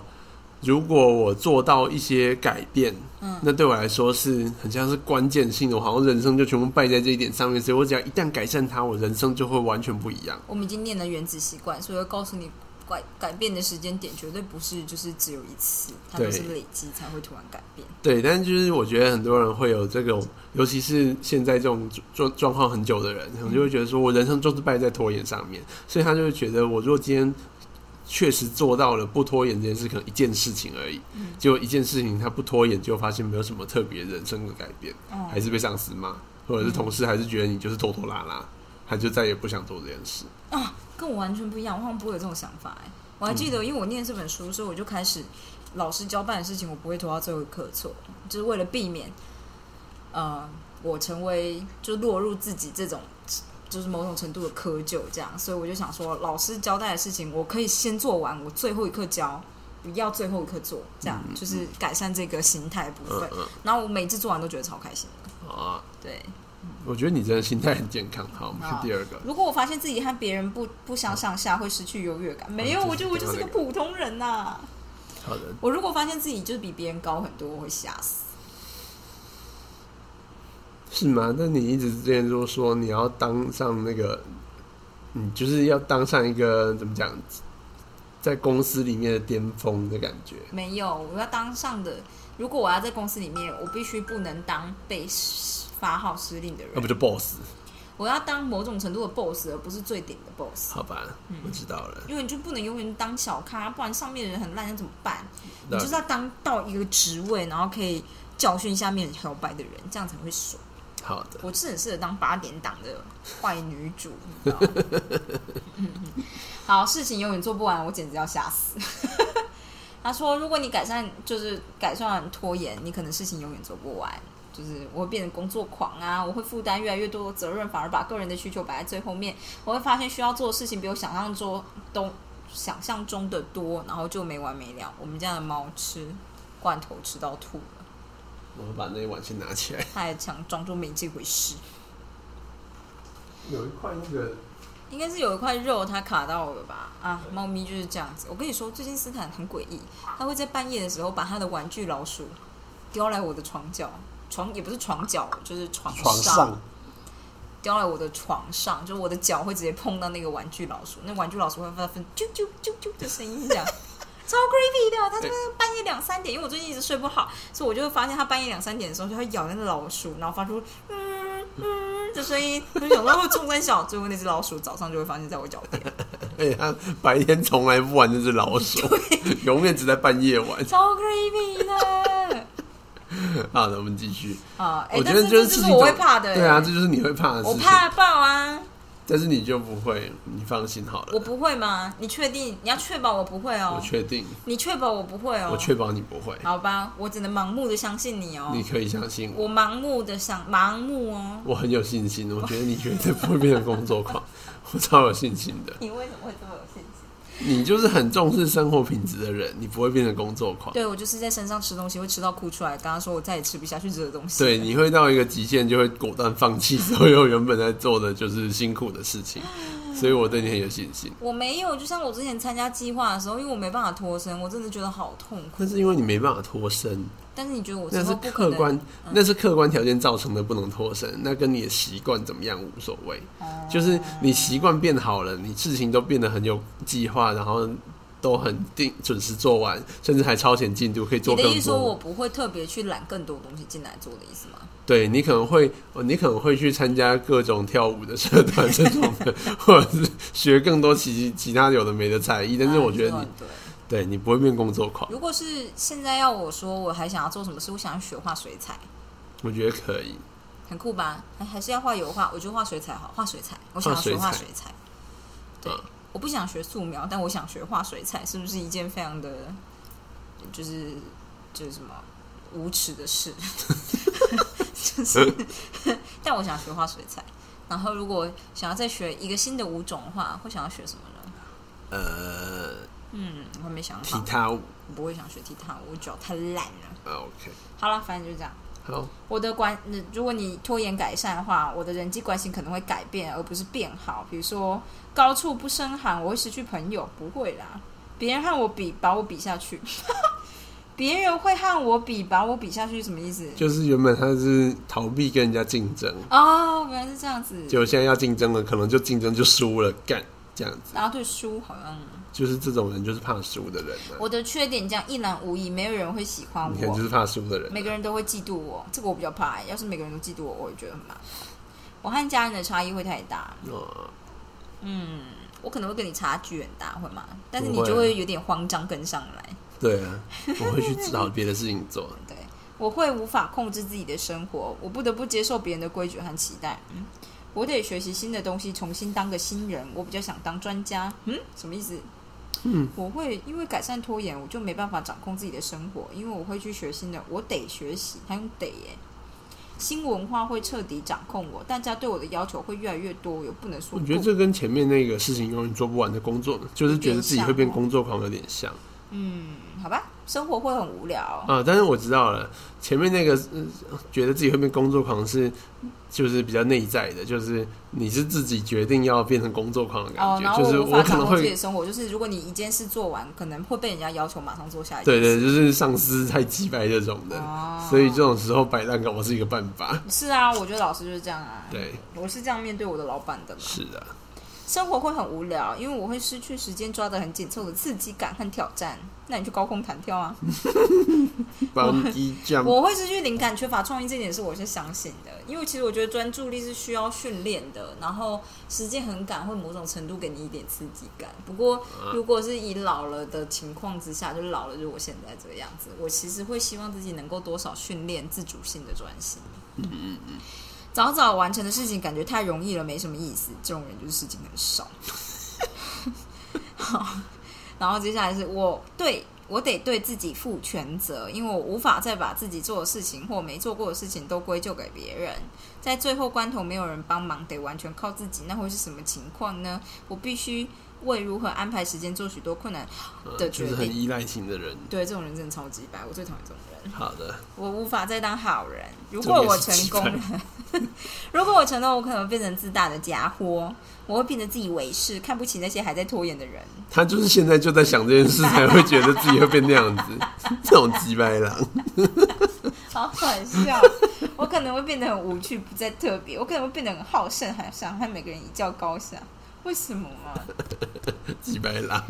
[SPEAKER 2] 如果我做到一些改变，
[SPEAKER 1] 嗯
[SPEAKER 2] 那对我来说是很像是关键性的，我好像人生就全部败在这一点上面，所以我只要一旦改善它，我人生就会完全不一样。
[SPEAKER 1] 我们已经念了原子习惯，所以会告诉你改改变的时间点绝对不是就是只有一次，它都
[SPEAKER 2] 对
[SPEAKER 1] 是累积才会突然改变。
[SPEAKER 2] 对，但就是我觉得很多人会有这种，尤其是现在这种状状况很久的人，可能就会觉得说我人生就是败在拖延上面，所以他就会觉得我如果今天确实做到了不拖延这件事，可能一件事情而已，
[SPEAKER 1] 嗯
[SPEAKER 2] 结果一件事情他不拖延，就发现没有什么特别人生的改变，
[SPEAKER 1] 哦
[SPEAKER 2] 还是被上司骂，或者是同事还是觉得你就是拖拖拉拉，他就再也不想做这件事。
[SPEAKER 1] 跟我完全不一样，我好像不会有这种想法哎、我还记
[SPEAKER 2] 嗯
[SPEAKER 1] 得，因为我念这本书，所以我就开始老师交办的事情，我不会拖到最后一刻做，就是为了避免呃我成为就落入自己这种就是某种程度的窠臼这样，所以我就想说，老师交代的事情我可以先做完，我最后一刻交。不要最后一刻做，这样、就是改善这个心态部
[SPEAKER 2] 嗯
[SPEAKER 1] 分。
[SPEAKER 2] 嗯
[SPEAKER 1] 然后我每次做完都觉得超开心的。
[SPEAKER 2] 好啊，
[SPEAKER 1] 对，
[SPEAKER 2] 我觉得你真的心态很健康。好，我们看
[SPEAKER 1] 好
[SPEAKER 2] 第二个。
[SPEAKER 1] 如果我发现自己和别人不不相上下，会失去优越感。没有，
[SPEAKER 2] 嗯
[SPEAKER 1] 我就我
[SPEAKER 2] 这
[SPEAKER 1] 就是是个普通人呐、
[SPEAKER 2] 好的，
[SPEAKER 1] 我如果发现自己就是比别人高很多，我会吓死。
[SPEAKER 2] 是吗？那你一直之前就说你要当上那个，你就是要当上一个怎么讲，在公司里面的巅峰的感觉。
[SPEAKER 1] 没有，我要当上的。如果我要在公司里面，我必须不能当被发号施令的
[SPEAKER 2] 那哦啊不
[SPEAKER 1] 人。
[SPEAKER 2] 就 boss？
[SPEAKER 1] 我要当某种程度的 boss，而不是最顶的 boss。
[SPEAKER 2] 好吧，
[SPEAKER 1] 嗯
[SPEAKER 2] 我知道了。
[SPEAKER 1] 因为你就不能永远当小咖，不然上面的人很烂，那怎么办？你
[SPEAKER 2] 那
[SPEAKER 1] 就是要当到一个职位，然后可以教训下面小白的人，这样才会爽。
[SPEAKER 2] 好的，
[SPEAKER 1] 我是很适合当八点档的坏女主，你知道吗？好，事情永远做不完，我简直要吓死。 (laughs) 他说，如果你改善就是改善拖延，你可能事情永远做不完。就是我会变成工作狂啊，我会负担越来越多的责任，反而把个人的需求摆在最后面。我会发现需要做的事情比我想象中都想象中的多，然后就没完没了。我们家的猫吃罐头吃到吐了。
[SPEAKER 2] 我把那一碗先拿起来。
[SPEAKER 1] 他还想装作没这回事。
[SPEAKER 2] 有一块那个，
[SPEAKER 1] 应该是有一块肉它卡到了吧？啊，猫咪就是这样子。我跟你说，最近斯坦很诡异，它会在半夜的时候把它的玩具老鼠叼来我的床角，床也不是床角，就是床上，
[SPEAKER 2] 床 (laughs) 上
[SPEAKER 1] 叼来我的床上，就是我的脚会直接碰到那个玩具老鼠，那玩具老鼠会发出啾啾啾啾的声音，这样。超 creepy 的，它就是半夜两三点，因为我最近一直睡不好，所以我就会发现它半夜两三点的时候，就会咬那个老鼠，然后发出嗯嗯嗯的声音，我就想说会中三小，最后那只老鼠早上就会发现在我脚边，
[SPEAKER 2] 而且他哎白天从来不玩那只
[SPEAKER 1] (laughs)
[SPEAKER 2] 老鼠，永远只在半夜玩。
[SPEAKER 1] 超 creepy 的。
[SPEAKER 2] 好的，我们继续。
[SPEAKER 1] 啊，哎、
[SPEAKER 2] 我觉
[SPEAKER 1] 但
[SPEAKER 2] 得
[SPEAKER 1] 是这
[SPEAKER 2] 就
[SPEAKER 1] 就
[SPEAKER 2] 是事
[SPEAKER 1] 是
[SPEAKER 2] 情
[SPEAKER 1] 我
[SPEAKER 2] 总
[SPEAKER 1] 会怕的、
[SPEAKER 2] 对啊，
[SPEAKER 1] 哎
[SPEAKER 2] 这就是你会怕的事
[SPEAKER 1] 我
[SPEAKER 2] 情。
[SPEAKER 1] 怕爆啊！
[SPEAKER 2] 但是你就不会，你放心好了。
[SPEAKER 1] 我不会吗？你确定？你要确保我不会哦
[SPEAKER 2] 我。确定，
[SPEAKER 1] 你确保我不会哦。
[SPEAKER 2] 我确保你不会，
[SPEAKER 1] 好吧，我只能盲目的相信你哦。
[SPEAKER 2] 你可以相信我。
[SPEAKER 1] 我盲目的想盲目哦。
[SPEAKER 2] 我很有信心，我觉得你绝对不会变成工作狂， (laughs) 我超有信心的。
[SPEAKER 1] 你为什么会这么有信心？
[SPEAKER 2] 你就是很重视生活品质的人，你不会变成工作狂。
[SPEAKER 1] 对我就是在山上吃东西会吃到哭出来，跟他说我再也吃不下去这个东西。
[SPEAKER 2] 对，，你会到一个极限，就会果断放弃所有原本在做的就是辛苦的事情，所以我对你很有信心。
[SPEAKER 1] 我没有，就像我之前参加计划的时候，因为我没办法脱身，我真的觉得好痛苦。
[SPEAKER 2] 那是因为你没办法脱身，
[SPEAKER 1] 但是你觉得我之
[SPEAKER 2] 那是
[SPEAKER 1] 后不可
[SPEAKER 2] 客
[SPEAKER 1] 能嗯
[SPEAKER 2] 观，那是客观条件造成的，不能脱身。那跟你的习惯怎么样无所谓，
[SPEAKER 1] 哦
[SPEAKER 2] 就是你习惯变好了，你事情都变得很有计划，然后都很定准时做完，甚至还超前进度，可以做
[SPEAKER 1] 你的
[SPEAKER 2] 更
[SPEAKER 1] 意思说我
[SPEAKER 2] 多。
[SPEAKER 1] 不会特别去揽更多东西进来做的意思吗？
[SPEAKER 2] 对你可能会，哦你可能会去参加各种跳舞的社团这种的，或者是学更多其其他有的没的才艺。但是
[SPEAKER 1] 啊
[SPEAKER 2] 我觉得
[SPEAKER 1] 说
[SPEAKER 2] 你
[SPEAKER 1] 得对。
[SPEAKER 2] 对你不会变工作狂，
[SPEAKER 1] 如果是现在要我说，我还想要做什么事，我想要学画水彩，
[SPEAKER 2] 我觉得可以。
[SPEAKER 1] 很酷吧？哎还还是要画油画，我就画水彩好，画水彩，我想要学画
[SPEAKER 2] 画
[SPEAKER 1] 水
[SPEAKER 2] 水
[SPEAKER 1] 彩。对
[SPEAKER 2] 嗯，
[SPEAKER 1] 我不想学素描，但我想学画水彩，是不是一件非常的，就是就是什么无耻的事？ (laughs) 就是，但我想学画水彩。然后，如果想要再学一个新的舞种的话，会想要学什么呢？
[SPEAKER 2] 呃，
[SPEAKER 1] 嗯，我还没想
[SPEAKER 2] 踢
[SPEAKER 1] 好，
[SPEAKER 2] 踏舞
[SPEAKER 1] 我不会想学踢踏舞，我脚太烂了。
[SPEAKER 2] 啊，OK，
[SPEAKER 1] 好了，反正就这样。
[SPEAKER 2] 好，
[SPEAKER 1] 我的关，呃如果你拖延改善的话，我的人际关系可能会改变，而不是变好。比如说，高处不胜寒，我会失去朋友，不会啦。别人和我比，把我比下去。 (laughs) 别人会和我比，把我比下去，什么意思？
[SPEAKER 2] 就是原本他是逃避跟人家竞争，
[SPEAKER 1] 哦，原来是这样子。
[SPEAKER 2] 结果现在要竞争了，可能就竞争就输了，干这样子，
[SPEAKER 1] 然后对书好像，
[SPEAKER 2] 就是这种人就是怕输的人嘛、
[SPEAKER 1] 我的缺点这样一览无遗，没有人会喜欢
[SPEAKER 2] 你看就
[SPEAKER 1] 我，
[SPEAKER 2] 是怕输的人，啊
[SPEAKER 1] 每个人都会嫉妒我，这个我比较怕、要是每个人都嫉妒我，我会觉得很麻烦。我和家人的差异会太大，
[SPEAKER 2] 哦，
[SPEAKER 1] 嗯我可能会跟你差距很大，会吗？但是你
[SPEAKER 2] 不会啊
[SPEAKER 1] 就会有点慌张跟上来。
[SPEAKER 2] 对啊，我会去找别的事情
[SPEAKER 1] (laughs)
[SPEAKER 2] 做，
[SPEAKER 1] 对，我会无法控制自己的生活，我不得不接受别人的规矩和期待。嗯，我得学习新的东西，重新当个新人。我比较想当专家。嗯，什么意思？
[SPEAKER 2] 嗯，
[SPEAKER 1] 我会因为改善拖延，我就没办法掌控自己的生活，因为我会去学新的，我得学习，还用得耶。新文化会彻底掌控我，大家对我的要求会越来越多，我又不能说
[SPEAKER 2] 我
[SPEAKER 1] 不。
[SPEAKER 2] 觉得这跟前面那个事情永远做不完的工作，就是觉得自己会变工作狂有点像
[SPEAKER 1] 嗯好吧，生活会很无聊。
[SPEAKER 2] 啊。但是我知道了，前面那个、嗯觉得自己会变工作狂是就是比较内在的，就是你是自己决定要变成工作狂的感
[SPEAKER 1] 哦，
[SPEAKER 2] 觉，
[SPEAKER 1] 然后
[SPEAKER 2] 就是
[SPEAKER 1] 我无法
[SPEAKER 2] 可
[SPEAKER 1] 掌
[SPEAKER 2] 能
[SPEAKER 1] 控自
[SPEAKER 2] 会
[SPEAKER 1] 己的生活，就是如果你一件事做完，可能会被人家要求马上做下一件
[SPEAKER 2] 对对，
[SPEAKER 1] 事
[SPEAKER 2] 就是上司太鸡掰这种的，
[SPEAKER 1] 哦
[SPEAKER 2] 所以这种时候摆烂搞我是一个办法。
[SPEAKER 1] 是啊，我觉得老师就是这样啊。，
[SPEAKER 2] 对，
[SPEAKER 1] 我是这样面对我的老板的嘛。
[SPEAKER 2] 是的，
[SPEAKER 1] 生活会很无聊，因为我会失去时间抓得很紧凑的刺激感和挑战。那你去高空弹跳啊！
[SPEAKER 2] 帮一酱
[SPEAKER 1] 我会失去灵感，缺乏创意，这一点是我是相信的。因为其实我觉得专注力是需要训练的，然后时间很赶会某种程度给你一点刺激感。不过如果是以老了的情况之下，就老了，就我现在这个样子，我其实会希望自己能够多少训练自主性的专心。嗯嗯嗯。早早完成的事情感觉太容易了，没什么意思。这种人就是事情很少。好，然后接下来是我对我得对自己负全责，因为我无法再把自己做的事情或没做过的事情都归咎给别人。在最后关头没有人帮忙，得完全靠自己，那会是什么情况呢？我必须为如何安排时间做许多困难。
[SPEAKER 2] 嗯
[SPEAKER 1] 的
[SPEAKER 2] 就
[SPEAKER 1] 决
[SPEAKER 2] 是很
[SPEAKER 1] 定
[SPEAKER 2] 依赖型的人。
[SPEAKER 1] 对，这种人真的超级白，我最讨厌这种人。
[SPEAKER 2] 好的，
[SPEAKER 1] 我无法再当好人。如果我成功
[SPEAKER 2] 这个
[SPEAKER 1] 了， (laughs) 如果我成功，我可能变成自大的家伙，我会变得自以为是，看不起那些还在拖延的人。
[SPEAKER 2] 他就是现在就在想这件事，才会觉得自己会变那样子， (laughs) 这种鸡掰狼。
[SPEAKER 1] 好搞笑！ (laughs) 我可能会变得很无趣，不再特别，我可能会变得很好胜，还想和每个人一较高下。为什么啊？
[SPEAKER 2] 鸡白狼，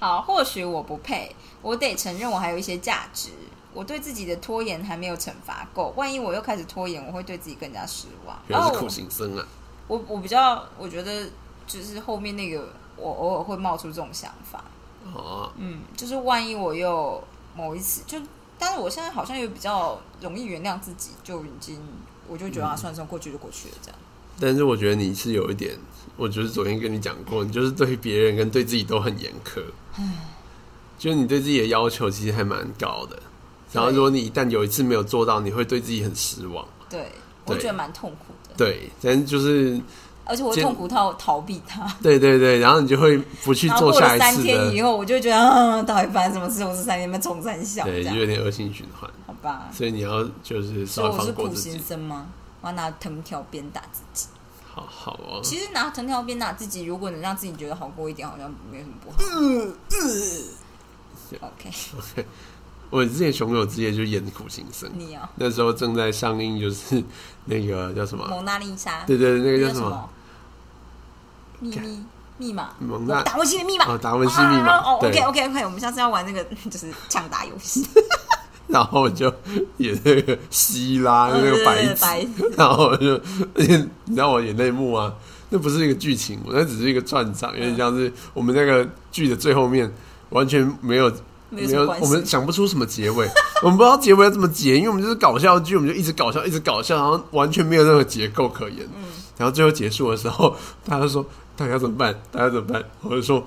[SPEAKER 1] 好，或许我不配，我得承认我还有一些价值。我对自己的拖延还没有惩罚够，万一我又开始拖延，我会对自己更加失望。
[SPEAKER 2] 原来是
[SPEAKER 1] 哦
[SPEAKER 2] 苦行僧啊！
[SPEAKER 1] 我我比较，我觉得就是后面那个，我偶尔会冒出这种想法。
[SPEAKER 2] 哦，
[SPEAKER 1] 嗯，就是万一我又某一次就，但是我现在好像又比较容易原谅自己，就已经我就
[SPEAKER 2] 嗯
[SPEAKER 1] 觉得啊，算了算了，过去就过去了，这样。
[SPEAKER 2] 但是我觉得你是有一点，我就是昨天跟你讲过，你就是对别人跟对自己都很严苛，就是你对自己的要求其实还蛮高的。然后如果你一旦有一次没有做到，你会对自己很失望。
[SPEAKER 1] 对，我
[SPEAKER 2] 对
[SPEAKER 1] 觉得蛮痛苦的，
[SPEAKER 2] 对，但是就是
[SPEAKER 1] 而且我
[SPEAKER 2] 见
[SPEAKER 1] 痛苦到逃避它。
[SPEAKER 2] 对对对，然后你就会不去
[SPEAKER 1] 然后
[SPEAKER 2] 做
[SPEAKER 1] 过
[SPEAKER 2] 下
[SPEAKER 1] 了
[SPEAKER 2] 一
[SPEAKER 1] 三
[SPEAKER 2] 次
[SPEAKER 1] 天以
[SPEAKER 2] 的，
[SPEAKER 1] 后，我就会觉得啊， (laughs) 到底发生什么事？我是三天被冲三笑这
[SPEAKER 2] 对，就
[SPEAKER 1] 样，
[SPEAKER 2] 有点恶性循环。
[SPEAKER 1] 好吧？
[SPEAKER 2] 所以你要就是
[SPEAKER 1] 所以
[SPEAKER 2] 稍微
[SPEAKER 1] 我是
[SPEAKER 2] 放过
[SPEAKER 1] 苦
[SPEAKER 2] 自己
[SPEAKER 1] 行，僧吗？我要拿藤条鞭打自己。
[SPEAKER 2] 好好哦。
[SPEAKER 1] 其实拿藤条鞭打自己，如果能让自己觉得好过一点，好像没有什么不好。OK，
[SPEAKER 2] 嗯我之前熊友之夜就演苦行僧，
[SPEAKER 1] 你啊，
[SPEAKER 2] 那时候正在上映，就是那个叫什么？
[SPEAKER 1] 蒙娜丽莎，
[SPEAKER 2] 对对对，那
[SPEAKER 1] 那
[SPEAKER 2] 个
[SPEAKER 1] 叫
[SPEAKER 2] 叫什么？
[SPEAKER 1] 么？秘密密码，
[SPEAKER 2] 蒙娜
[SPEAKER 1] 达文西的密码
[SPEAKER 2] 嗯哦，达文西密码
[SPEAKER 1] 啊哦
[SPEAKER 2] 对
[SPEAKER 1] ，OK OK OK，我们下次要玩那个 (laughs) 就是抢答游
[SPEAKER 2] (laughs)
[SPEAKER 1] 戏，
[SPEAKER 2] 然后我就演那个希拉那个
[SPEAKER 1] 哦
[SPEAKER 2] 白
[SPEAKER 1] 对对对白
[SPEAKER 2] 痴， (laughs) 然后我就，而且你知道我演那一幕啊，那不是一个剧情，那只是一个转场，有点像是我们那个剧的最后面完全没有。
[SPEAKER 1] 没有什么关系
[SPEAKER 2] 我们想不出什么结尾， (laughs) 我们不知道结尾要怎么结，因为我们就是搞笑剧，我们就一直搞笑，一直搞笑，然后完全没有任何结构可言。
[SPEAKER 1] 嗯
[SPEAKER 2] 然后最后结束的时候，大家说大家怎么办？大家怎么办？我就说，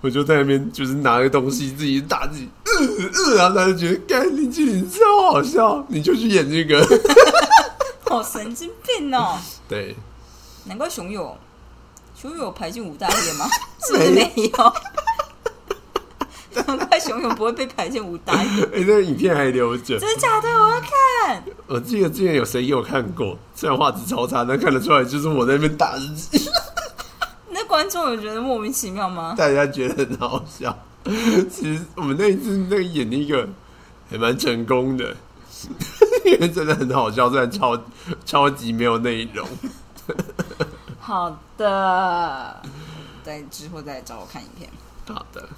[SPEAKER 2] 我就在那边就是拿个东西自己打自己，呃呃，然后他就觉得，干林志玲超好笑，你就去演这个。 (laughs)
[SPEAKER 1] 好神经病哦！
[SPEAKER 2] 对，
[SPEAKER 1] 难怪熊友，熊友排进五大业
[SPEAKER 2] (laughs)
[SPEAKER 1] 吗？是不是没有？ (laughs) 难怪熊友不会被排进五大业，
[SPEAKER 2] (laughs) 哎、那个影片还留着，
[SPEAKER 1] 真的假的？我要看。
[SPEAKER 2] 我记得之前有谁给我看过，虽然画质超差，但看得出来就是我在那边打自己，
[SPEAKER 1] 那观众有觉得莫名其妙吗？
[SPEAKER 2] (laughs) 大家觉得很好笑。 (laughs) 其实我们那一次那个演那个还蛮成功的， (laughs) 因为真的很好笑，虽然超超级没有内容。
[SPEAKER 1] 好的，在之后再找我看影片。
[SPEAKER 2] 好的，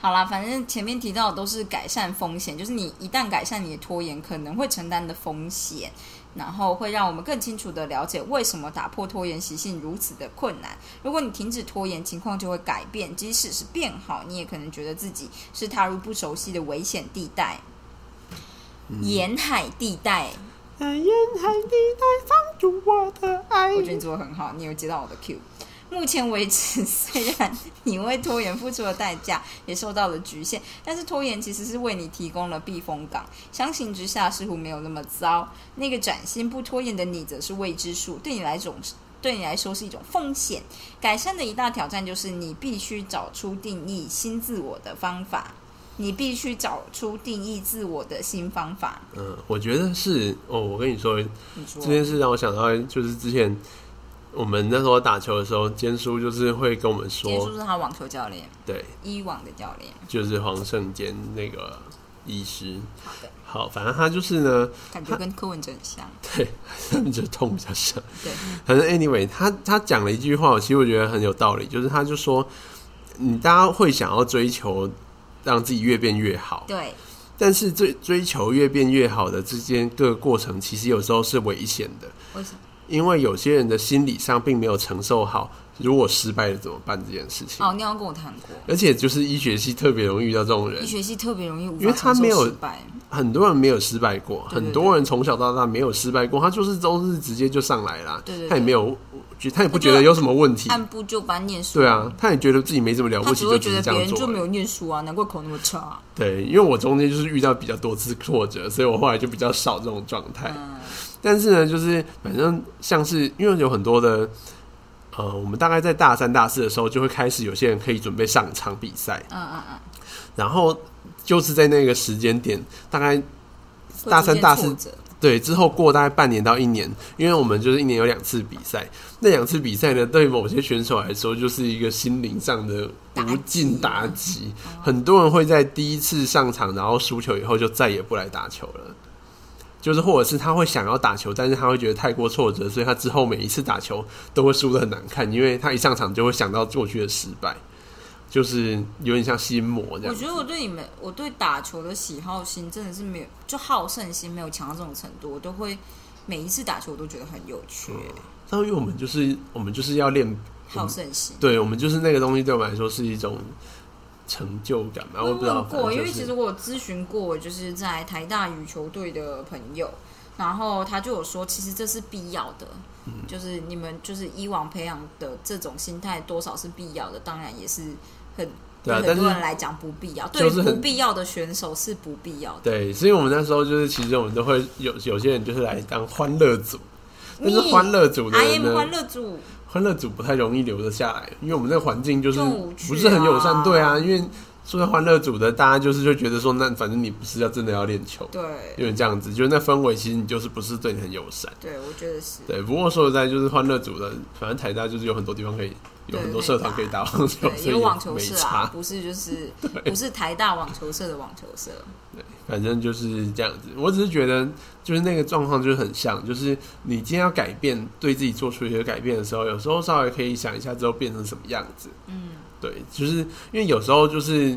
[SPEAKER 1] 好啦，反正前面提到的都是改善风险，就是你一旦改善你的拖延，可能会承担的风险，然后会让我们更清楚的了解为什么打破拖延习性如此的困难。如果你停止拖延，情况就会改变，即使是变好，你也可能觉得自己是踏入不熟悉的危险地带，沿海地带。
[SPEAKER 2] 在沿海地带放逐我的爱
[SPEAKER 1] 我觉得你做的很好，你有接到我的 Q。目前为止， (laughs) 虽然你为拖延付出了代价，也受到了局限，但是拖延其实是为你提供了避风港。相形之下，似乎没有那么糟。那个崭新不拖延的你，则是未知数，对你来种对你来说是一种风险。改善的一大挑战就是你必须找出定义新自我的方法，你必须找出定义自我的新方法。
[SPEAKER 2] 嗯，我觉得是哦。我跟你说，
[SPEAKER 1] 你说
[SPEAKER 2] 这件事让我想到，就是之前我们那时候打球的时候，坚叔就是会跟我们
[SPEAKER 1] 杰叔
[SPEAKER 2] 说，
[SPEAKER 1] 是他网球教练，
[SPEAKER 2] 对，
[SPEAKER 1] 以往的教练，
[SPEAKER 2] 就是黄圣坚那个医师。
[SPEAKER 1] 好的。
[SPEAKER 2] 好，反正他就是呢，
[SPEAKER 1] 感觉跟柯文哲很
[SPEAKER 2] (laughs)
[SPEAKER 1] 像。
[SPEAKER 2] 对，他们就痛比较像。
[SPEAKER 1] 对，
[SPEAKER 2] 反正 anyway，他他讲了一句话，我其实我觉得很有道理，就是他就说，你大家会想要追求让自己越变越好，
[SPEAKER 1] 对，
[SPEAKER 2] 但是追追求越变越好的之间各个过程，其实有时候是危险的。
[SPEAKER 1] 为什么？
[SPEAKER 2] 因为有些人的心理上并没有承受好，如果失败了怎么办这件事情。
[SPEAKER 1] 哦，你好像跟我谈过，
[SPEAKER 2] 而且就是医学系特别容易遇到这种人
[SPEAKER 1] 医，学系特别容易无
[SPEAKER 2] 因为
[SPEAKER 1] 法
[SPEAKER 2] 他
[SPEAKER 1] 承
[SPEAKER 2] 没有
[SPEAKER 1] 受失败。
[SPEAKER 2] 很多人没有失败过，
[SPEAKER 1] 对对
[SPEAKER 2] 很多人从小到大没有失败过，他就是都是直接就上来啦，
[SPEAKER 1] 对对对
[SPEAKER 2] 他也没有觉，他也不觉得有什么问题，
[SPEAKER 1] 按部就班念书，
[SPEAKER 2] 对啊，他也觉得自己没什么了
[SPEAKER 1] 他
[SPEAKER 2] 不起，
[SPEAKER 1] 只
[SPEAKER 2] 就
[SPEAKER 1] 会
[SPEAKER 2] 只
[SPEAKER 1] 觉
[SPEAKER 2] 是
[SPEAKER 1] 得
[SPEAKER 2] 这
[SPEAKER 1] 别
[SPEAKER 2] 样
[SPEAKER 1] 人就
[SPEAKER 2] 做
[SPEAKER 1] 没
[SPEAKER 2] 而已。
[SPEAKER 1] 有念书啊，难怪口那么差。
[SPEAKER 2] 对，因为我中间就是遇到比较多次挫折，所以我后来就比较少这种状态。
[SPEAKER 1] 嗯，
[SPEAKER 2] 但是呢，就是反正像是因为有很多的，呃，我们大概在大三、大四的时候就会开始，有些人可以准备上场比赛，
[SPEAKER 1] 嗯嗯嗯，
[SPEAKER 2] 然后就是在那个时间点，大概
[SPEAKER 1] 会
[SPEAKER 2] 大
[SPEAKER 1] 出
[SPEAKER 2] 三
[SPEAKER 1] 现
[SPEAKER 2] 大
[SPEAKER 1] 挫
[SPEAKER 2] 四
[SPEAKER 1] 折
[SPEAKER 2] 对之后过大概半年到一年，因为我们就是一年有两次比赛，那两次比赛呢，对某些选手来说就是一个心灵上的无尽打
[SPEAKER 1] 哦
[SPEAKER 2] 击，很多人会在第一次上场然后输球以后就再也不来打球了。就是，或者是他会想要打球，但是他会觉得太过挫折，所以他之后每一次打球都会输得很难看，因为他一上场就会想到过去的失败，就是有点像心魔这样
[SPEAKER 1] 我。觉得我对你们，我对打球的喜好心真的是没有，就好胜心没有强到这种程度，我都
[SPEAKER 2] 嗯
[SPEAKER 1] 会每一次打球我都觉得很有趣。
[SPEAKER 2] 但因为我们就是我们就是要练
[SPEAKER 1] 好胜心。
[SPEAKER 2] 对我们就是那个东西对我们来说是一种成就感吧，
[SPEAKER 1] 我
[SPEAKER 2] 我
[SPEAKER 1] 有
[SPEAKER 2] 也不知道，
[SPEAKER 1] 问
[SPEAKER 2] 反
[SPEAKER 1] 过，
[SPEAKER 2] 正
[SPEAKER 1] 因
[SPEAKER 2] 就
[SPEAKER 1] 为其实
[SPEAKER 2] 是
[SPEAKER 1] 我有咨询过，就是在台大羽球队的朋友，然后他就有说，其实这是必要的，
[SPEAKER 2] 嗯
[SPEAKER 1] 就是你们就是以往培养的这种心态，多少是必要的，当然也是很
[SPEAKER 2] 对啊
[SPEAKER 1] 很
[SPEAKER 2] 但是
[SPEAKER 1] 多人来讲不必要，
[SPEAKER 2] 就
[SPEAKER 1] 对
[SPEAKER 2] 是
[SPEAKER 1] 于
[SPEAKER 2] 很
[SPEAKER 1] 不必要的选手是不必要的。
[SPEAKER 2] 对，是因为我们那时候就是其实我们都会有有些人就是来当欢乐组，但是
[SPEAKER 1] 你
[SPEAKER 2] 欢乐组的
[SPEAKER 1] I
[SPEAKER 2] 人
[SPEAKER 1] am 欢
[SPEAKER 2] 呢，
[SPEAKER 1] 乐组，
[SPEAKER 2] 欢乐组不太容易留得下来，因为我们那个环境就是
[SPEAKER 1] 就无趣啊
[SPEAKER 2] 不是很友善，对啊，因为住在欢乐组的大家就是就觉得说，那反正你不是要真的要练球，
[SPEAKER 1] 对
[SPEAKER 2] 因为这样子，就是那氛围其实你就是不是对你很友善。
[SPEAKER 1] 对，我觉得是。
[SPEAKER 2] 对，不过说实在，就是欢乐组的，反正台大就是有很多地方可以，有
[SPEAKER 1] 对
[SPEAKER 2] 很多社团可以打网球，
[SPEAKER 1] 对，
[SPEAKER 2] 所以
[SPEAKER 1] 有
[SPEAKER 2] 也
[SPEAKER 1] 网球
[SPEAKER 2] 没
[SPEAKER 1] 社
[SPEAKER 2] 差
[SPEAKER 1] 啊，。不是
[SPEAKER 2] (laughs)
[SPEAKER 1] 就是不是台大网球社的网球社，
[SPEAKER 2] 反正就是这样子。我只是觉得，就是那个状况就是很像，就是你今天要改变，对自己做出一些改变的时候，有时候稍微可以想一下之后变成什么样子。
[SPEAKER 1] 嗯，
[SPEAKER 2] 对，就是因为有时候就是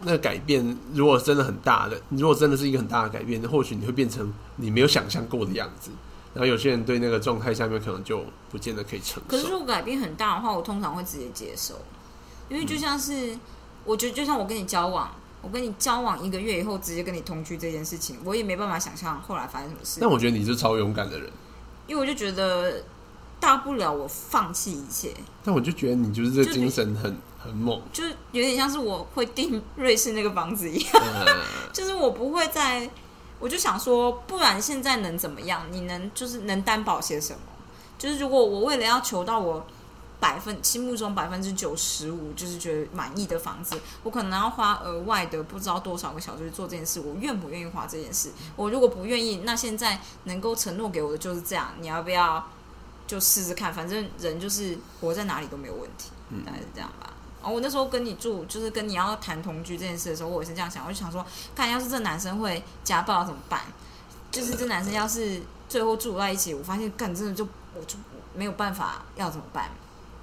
[SPEAKER 2] 那个改变，如果真的很大的，如果真的是一个很大的改变，或许你会变成你没有想象过的样子。然后有些人对那个状态下面可能就不见得可以承
[SPEAKER 1] 可
[SPEAKER 2] 受
[SPEAKER 1] 是。如果改变很大的话，我通常会直接接受，因为就像是、我觉得就像我跟你交往，我跟你交往一个月以后直接跟你同居这件事情，我也没办法想象后来发生什么事
[SPEAKER 2] 但，我觉得你是超勇敢的人，
[SPEAKER 1] 因为我就觉得大不了我放弃一切，
[SPEAKER 2] 但我就觉得你就是这
[SPEAKER 1] 就
[SPEAKER 2] 个精神很很
[SPEAKER 1] (laughs)
[SPEAKER 2] 猛。
[SPEAKER 1] 就是有点像是我会订瑞士那个房子一样，
[SPEAKER 2] 嗯
[SPEAKER 1] 就是我不会再，我就想说，不然现在能怎么样？你能就是能担保些什么？就是如果我为了要求到我百分心目中百分之九十五就是觉得满意的房子，我可能要花额外的不知道多少个小时去做这件事，我愿不愿意花这件事？我如果不愿意，那现在能够承诺给我的就是这样，你要不要就试试看？反正人就是活在哪里都没有问题，大概是这样吧。哦，我那时候跟你住，就是跟你要谈同居这件事的时候，我也是这样想，我就想说，看要是这男生会家暴怎么办？就是这男生要是最后住在一起，我发现干真的就我就没有办法，要怎么办？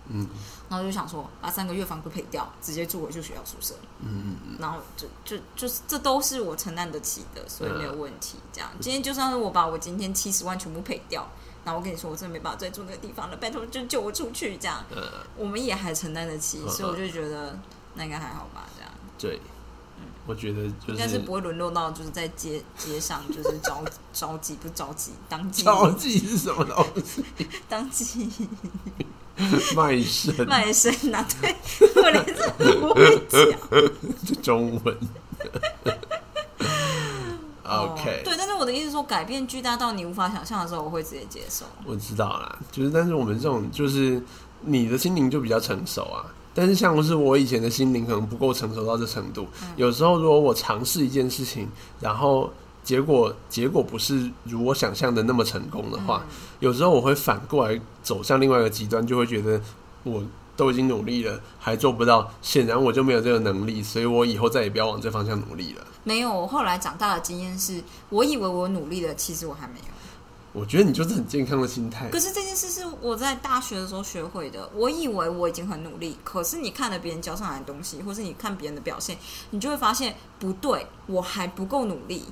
[SPEAKER 2] 嗯
[SPEAKER 1] 然后就想说，把三个月房租赔掉，直接住回去学校宿舍，
[SPEAKER 2] 嗯嗯，
[SPEAKER 1] 然后就就就是这都是我承担得起的，所以没有问题。这
[SPEAKER 2] 嗯
[SPEAKER 1] 样，今天就算是我把我今天七十万全部赔掉，然后我跟你说，我真的没办法再住那个地方了，拜托就救我出去，这样
[SPEAKER 2] 嗯呃，
[SPEAKER 1] 我们也还承担得起，
[SPEAKER 2] 嗯
[SPEAKER 1] 所以我就觉得那应该还好吧，这样。
[SPEAKER 2] 对，我觉得
[SPEAKER 1] 嗯
[SPEAKER 2] 就
[SPEAKER 1] 应该是不会沦落到就是在街街上就是着着急不着急当机
[SPEAKER 2] 交际是什么东西？
[SPEAKER 1] 当机
[SPEAKER 2] 卖身
[SPEAKER 1] 卖身啊， (laughs) 对我连这都不会 (laughs) 讲。
[SPEAKER 2] 中文。
[SPEAKER 1] (laughs) 哦
[SPEAKER 2] OK，、
[SPEAKER 1] 对，但是我的意思是说，改变巨大到你无法想象的时候，我会直接接受。
[SPEAKER 2] 我知道啦，就是但是我们这种就是你的心灵就比较成熟啊。但是像是我以前的心灵可能不够成熟到这程度，
[SPEAKER 1] 嗯
[SPEAKER 2] 有时候如果我尝试一件事情，然后结果结果不是如我想象的那么成功的话，
[SPEAKER 1] 嗯
[SPEAKER 2] 有时候我会反过来走向另外一个极端，就会觉得我都已经努力了，还做不到，显然我就没有这个能力，所以我以后再也不要往这方向努力了。
[SPEAKER 1] 没有，我后来长大的经验是，我以为我努力了，其实我还没有。
[SPEAKER 2] 我觉得你就是很健康的心态
[SPEAKER 1] 可，是这件事是我在大学的时候学会的。我以为我已经很努力，可是你看了别人交上来的东西，或是你看别人的表现，你就会发现不对，我还不够努力。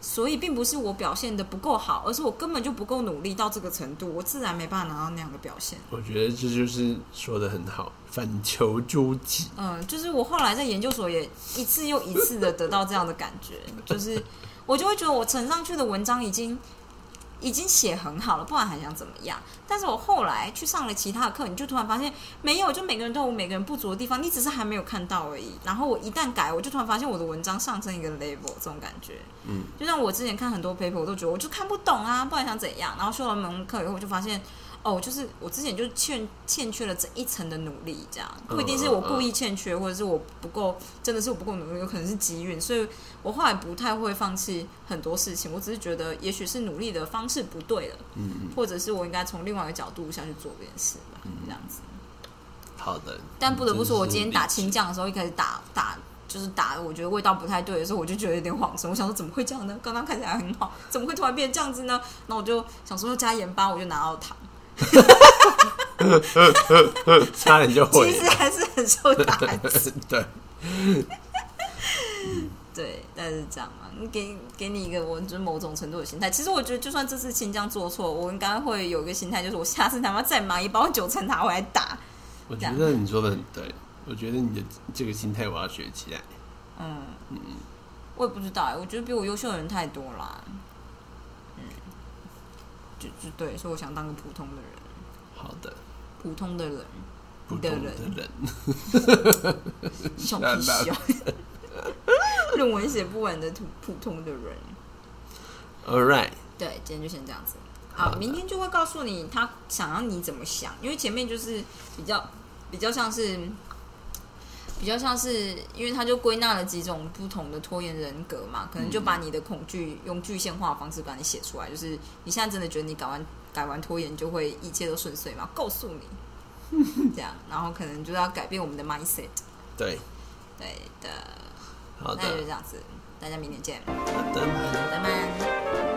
[SPEAKER 1] 所以并不是我表现的不够好，而是我根本就不够努力到这个程度，我自然没办法拿到那样的表现。
[SPEAKER 2] 我觉得这就是说的很好，反求诸己。
[SPEAKER 1] 嗯，就是我后来在研究所也一次又一次的得到这样的感觉，就是我就会觉得我呈上去的文章已经已经写很好了，不然还想怎么样？但是我后来去上了其他的课，你就突然发现没有，就每个人都有每个人不足的地方，你只是还没有看到而已。然后我一旦改，我就突然发现我的文章上升一个 level，这种感觉。
[SPEAKER 2] 嗯，
[SPEAKER 1] 就像我之前看很多 paper，我都觉得我就看不懂啊，不然想怎样？然后修完门课以后，我就发现。哦，就是我之前就欠欠缺了这一层的努力，这样不一定是我故意欠缺，或者是我不够，真的是我不够努力，有可能是机运，所以我后来不太会放弃很多事情，我只是觉得也许是努力的方式不对了，
[SPEAKER 2] 嗯嗯，
[SPEAKER 1] 或者是我应该从另外一个角度下去做这件事吧，这样子。
[SPEAKER 2] 好的。
[SPEAKER 1] 但不得不说，我今天
[SPEAKER 2] (laughs)
[SPEAKER 1] 打青
[SPEAKER 2] 青，
[SPEAKER 1] 酱的时候，一开始打打就是打的，我觉得味道不太对的时候，我就觉得有点恍神。我想说怎么会这样呢？刚刚看起来很好，怎么会突然变这样子呢？那我就想说要加盐巴，我就拿到糖，
[SPEAKER 2] 差点就
[SPEAKER 1] 其
[SPEAKER 2] 会
[SPEAKER 1] 实还是很受打击。 (laughs)
[SPEAKER 2] 对。
[SPEAKER 1] 对，但是这样嘛，你给给你一个我就是某种程度的心态。其实我觉得，就算这次新疆做错，我应该会有一个心态，就是我下次他妈再买一包九层塔回来打。
[SPEAKER 2] 我
[SPEAKER 1] 这
[SPEAKER 2] 觉
[SPEAKER 1] 样
[SPEAKER 2] 得你说的很对，我觉得你的这个心态我要学起来。
[SPEAKER 1] 嗯，我也不知道欸，我觉得比我优秀的人太多啦。嗯，就就对，所以我想当个普通的人，
[SPEAKER 2] 好的，
[SPEAKER 1] 普通的人，
[SPEAKER 2] 不
[SPEAKER 1] 的
[SPEAKER 2] 同
[SPEAKER 1] 人
[SPEAKER 2] 的人，
[SPEAKER 1] 笑
[SPEAKER 2] 那
[SPEAKER 1] 屁
[SPEAKER 2] 那
[SPEAKER 1] 笑， (laughs) 论文写不完的普普通的人。
[SPEAKER 2] All right，
[SPEAKER 1] 对，今天就先这样子。
[SPEAKER 2] 好
[SPEAKER 1] 好，
[SPEAKER 2] 的
[SPEAKER 1] 明天就会告诉你他想要你怎么想，因为前面就是比较比较像是比较像是，因为他就归纳了几种不同的拖延人格嘛，可能就把你的恐惧用具象化的方式把你写出来，就是你现在真的觉得你改完改完拖延就会一切都顺遂嘛？告
[SPEAKER 2] (laughs)
[SPEAKER 1] 诉你，这样，然后可能就要改变我们的 mindset。
[SPEAKER 2] 对，
[SPEAKER 1] 对的，
[SPEAKER 2] 好的
[SPEAKER 1] 那，就这样子，大家明天见，
[SPEAKER 2] 好的，拜拜
[SPEAKER 1] 拜拜。